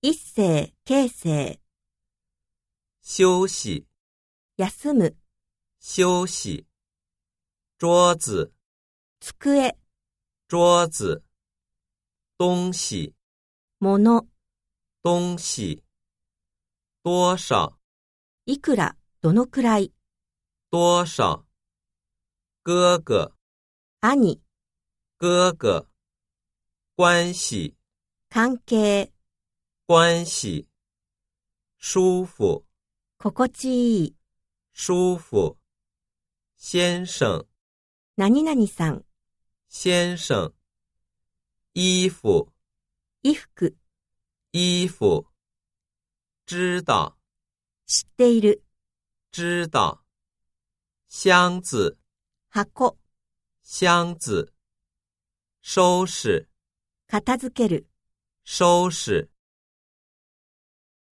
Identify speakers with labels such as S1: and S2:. S1: 一世、形成、
S2: 休息、
S1: 休む、
S2: 休息。桌子、
S1: 机、
S2: 桌子。东西、
S1: 物、
S2: 东西。多少、
S1: いくら、どのくらい、
S2: 多少。哥哥、
S1: 兄、
S2: 哥哥。关系、
S1: 関係、
S2: 关系。舒服、
S1: 心地いい、
S2: 舒服。先生、
S1: 何々さん、
S2: 先生。衣服、
S1: 衣服、
S2: 衣服。知道、
S1: 知っている、
S2: 知道。箱子、
S1: 箱、
S2: 箱子。收拾、
S1: 片付ける。
S2: 收拾。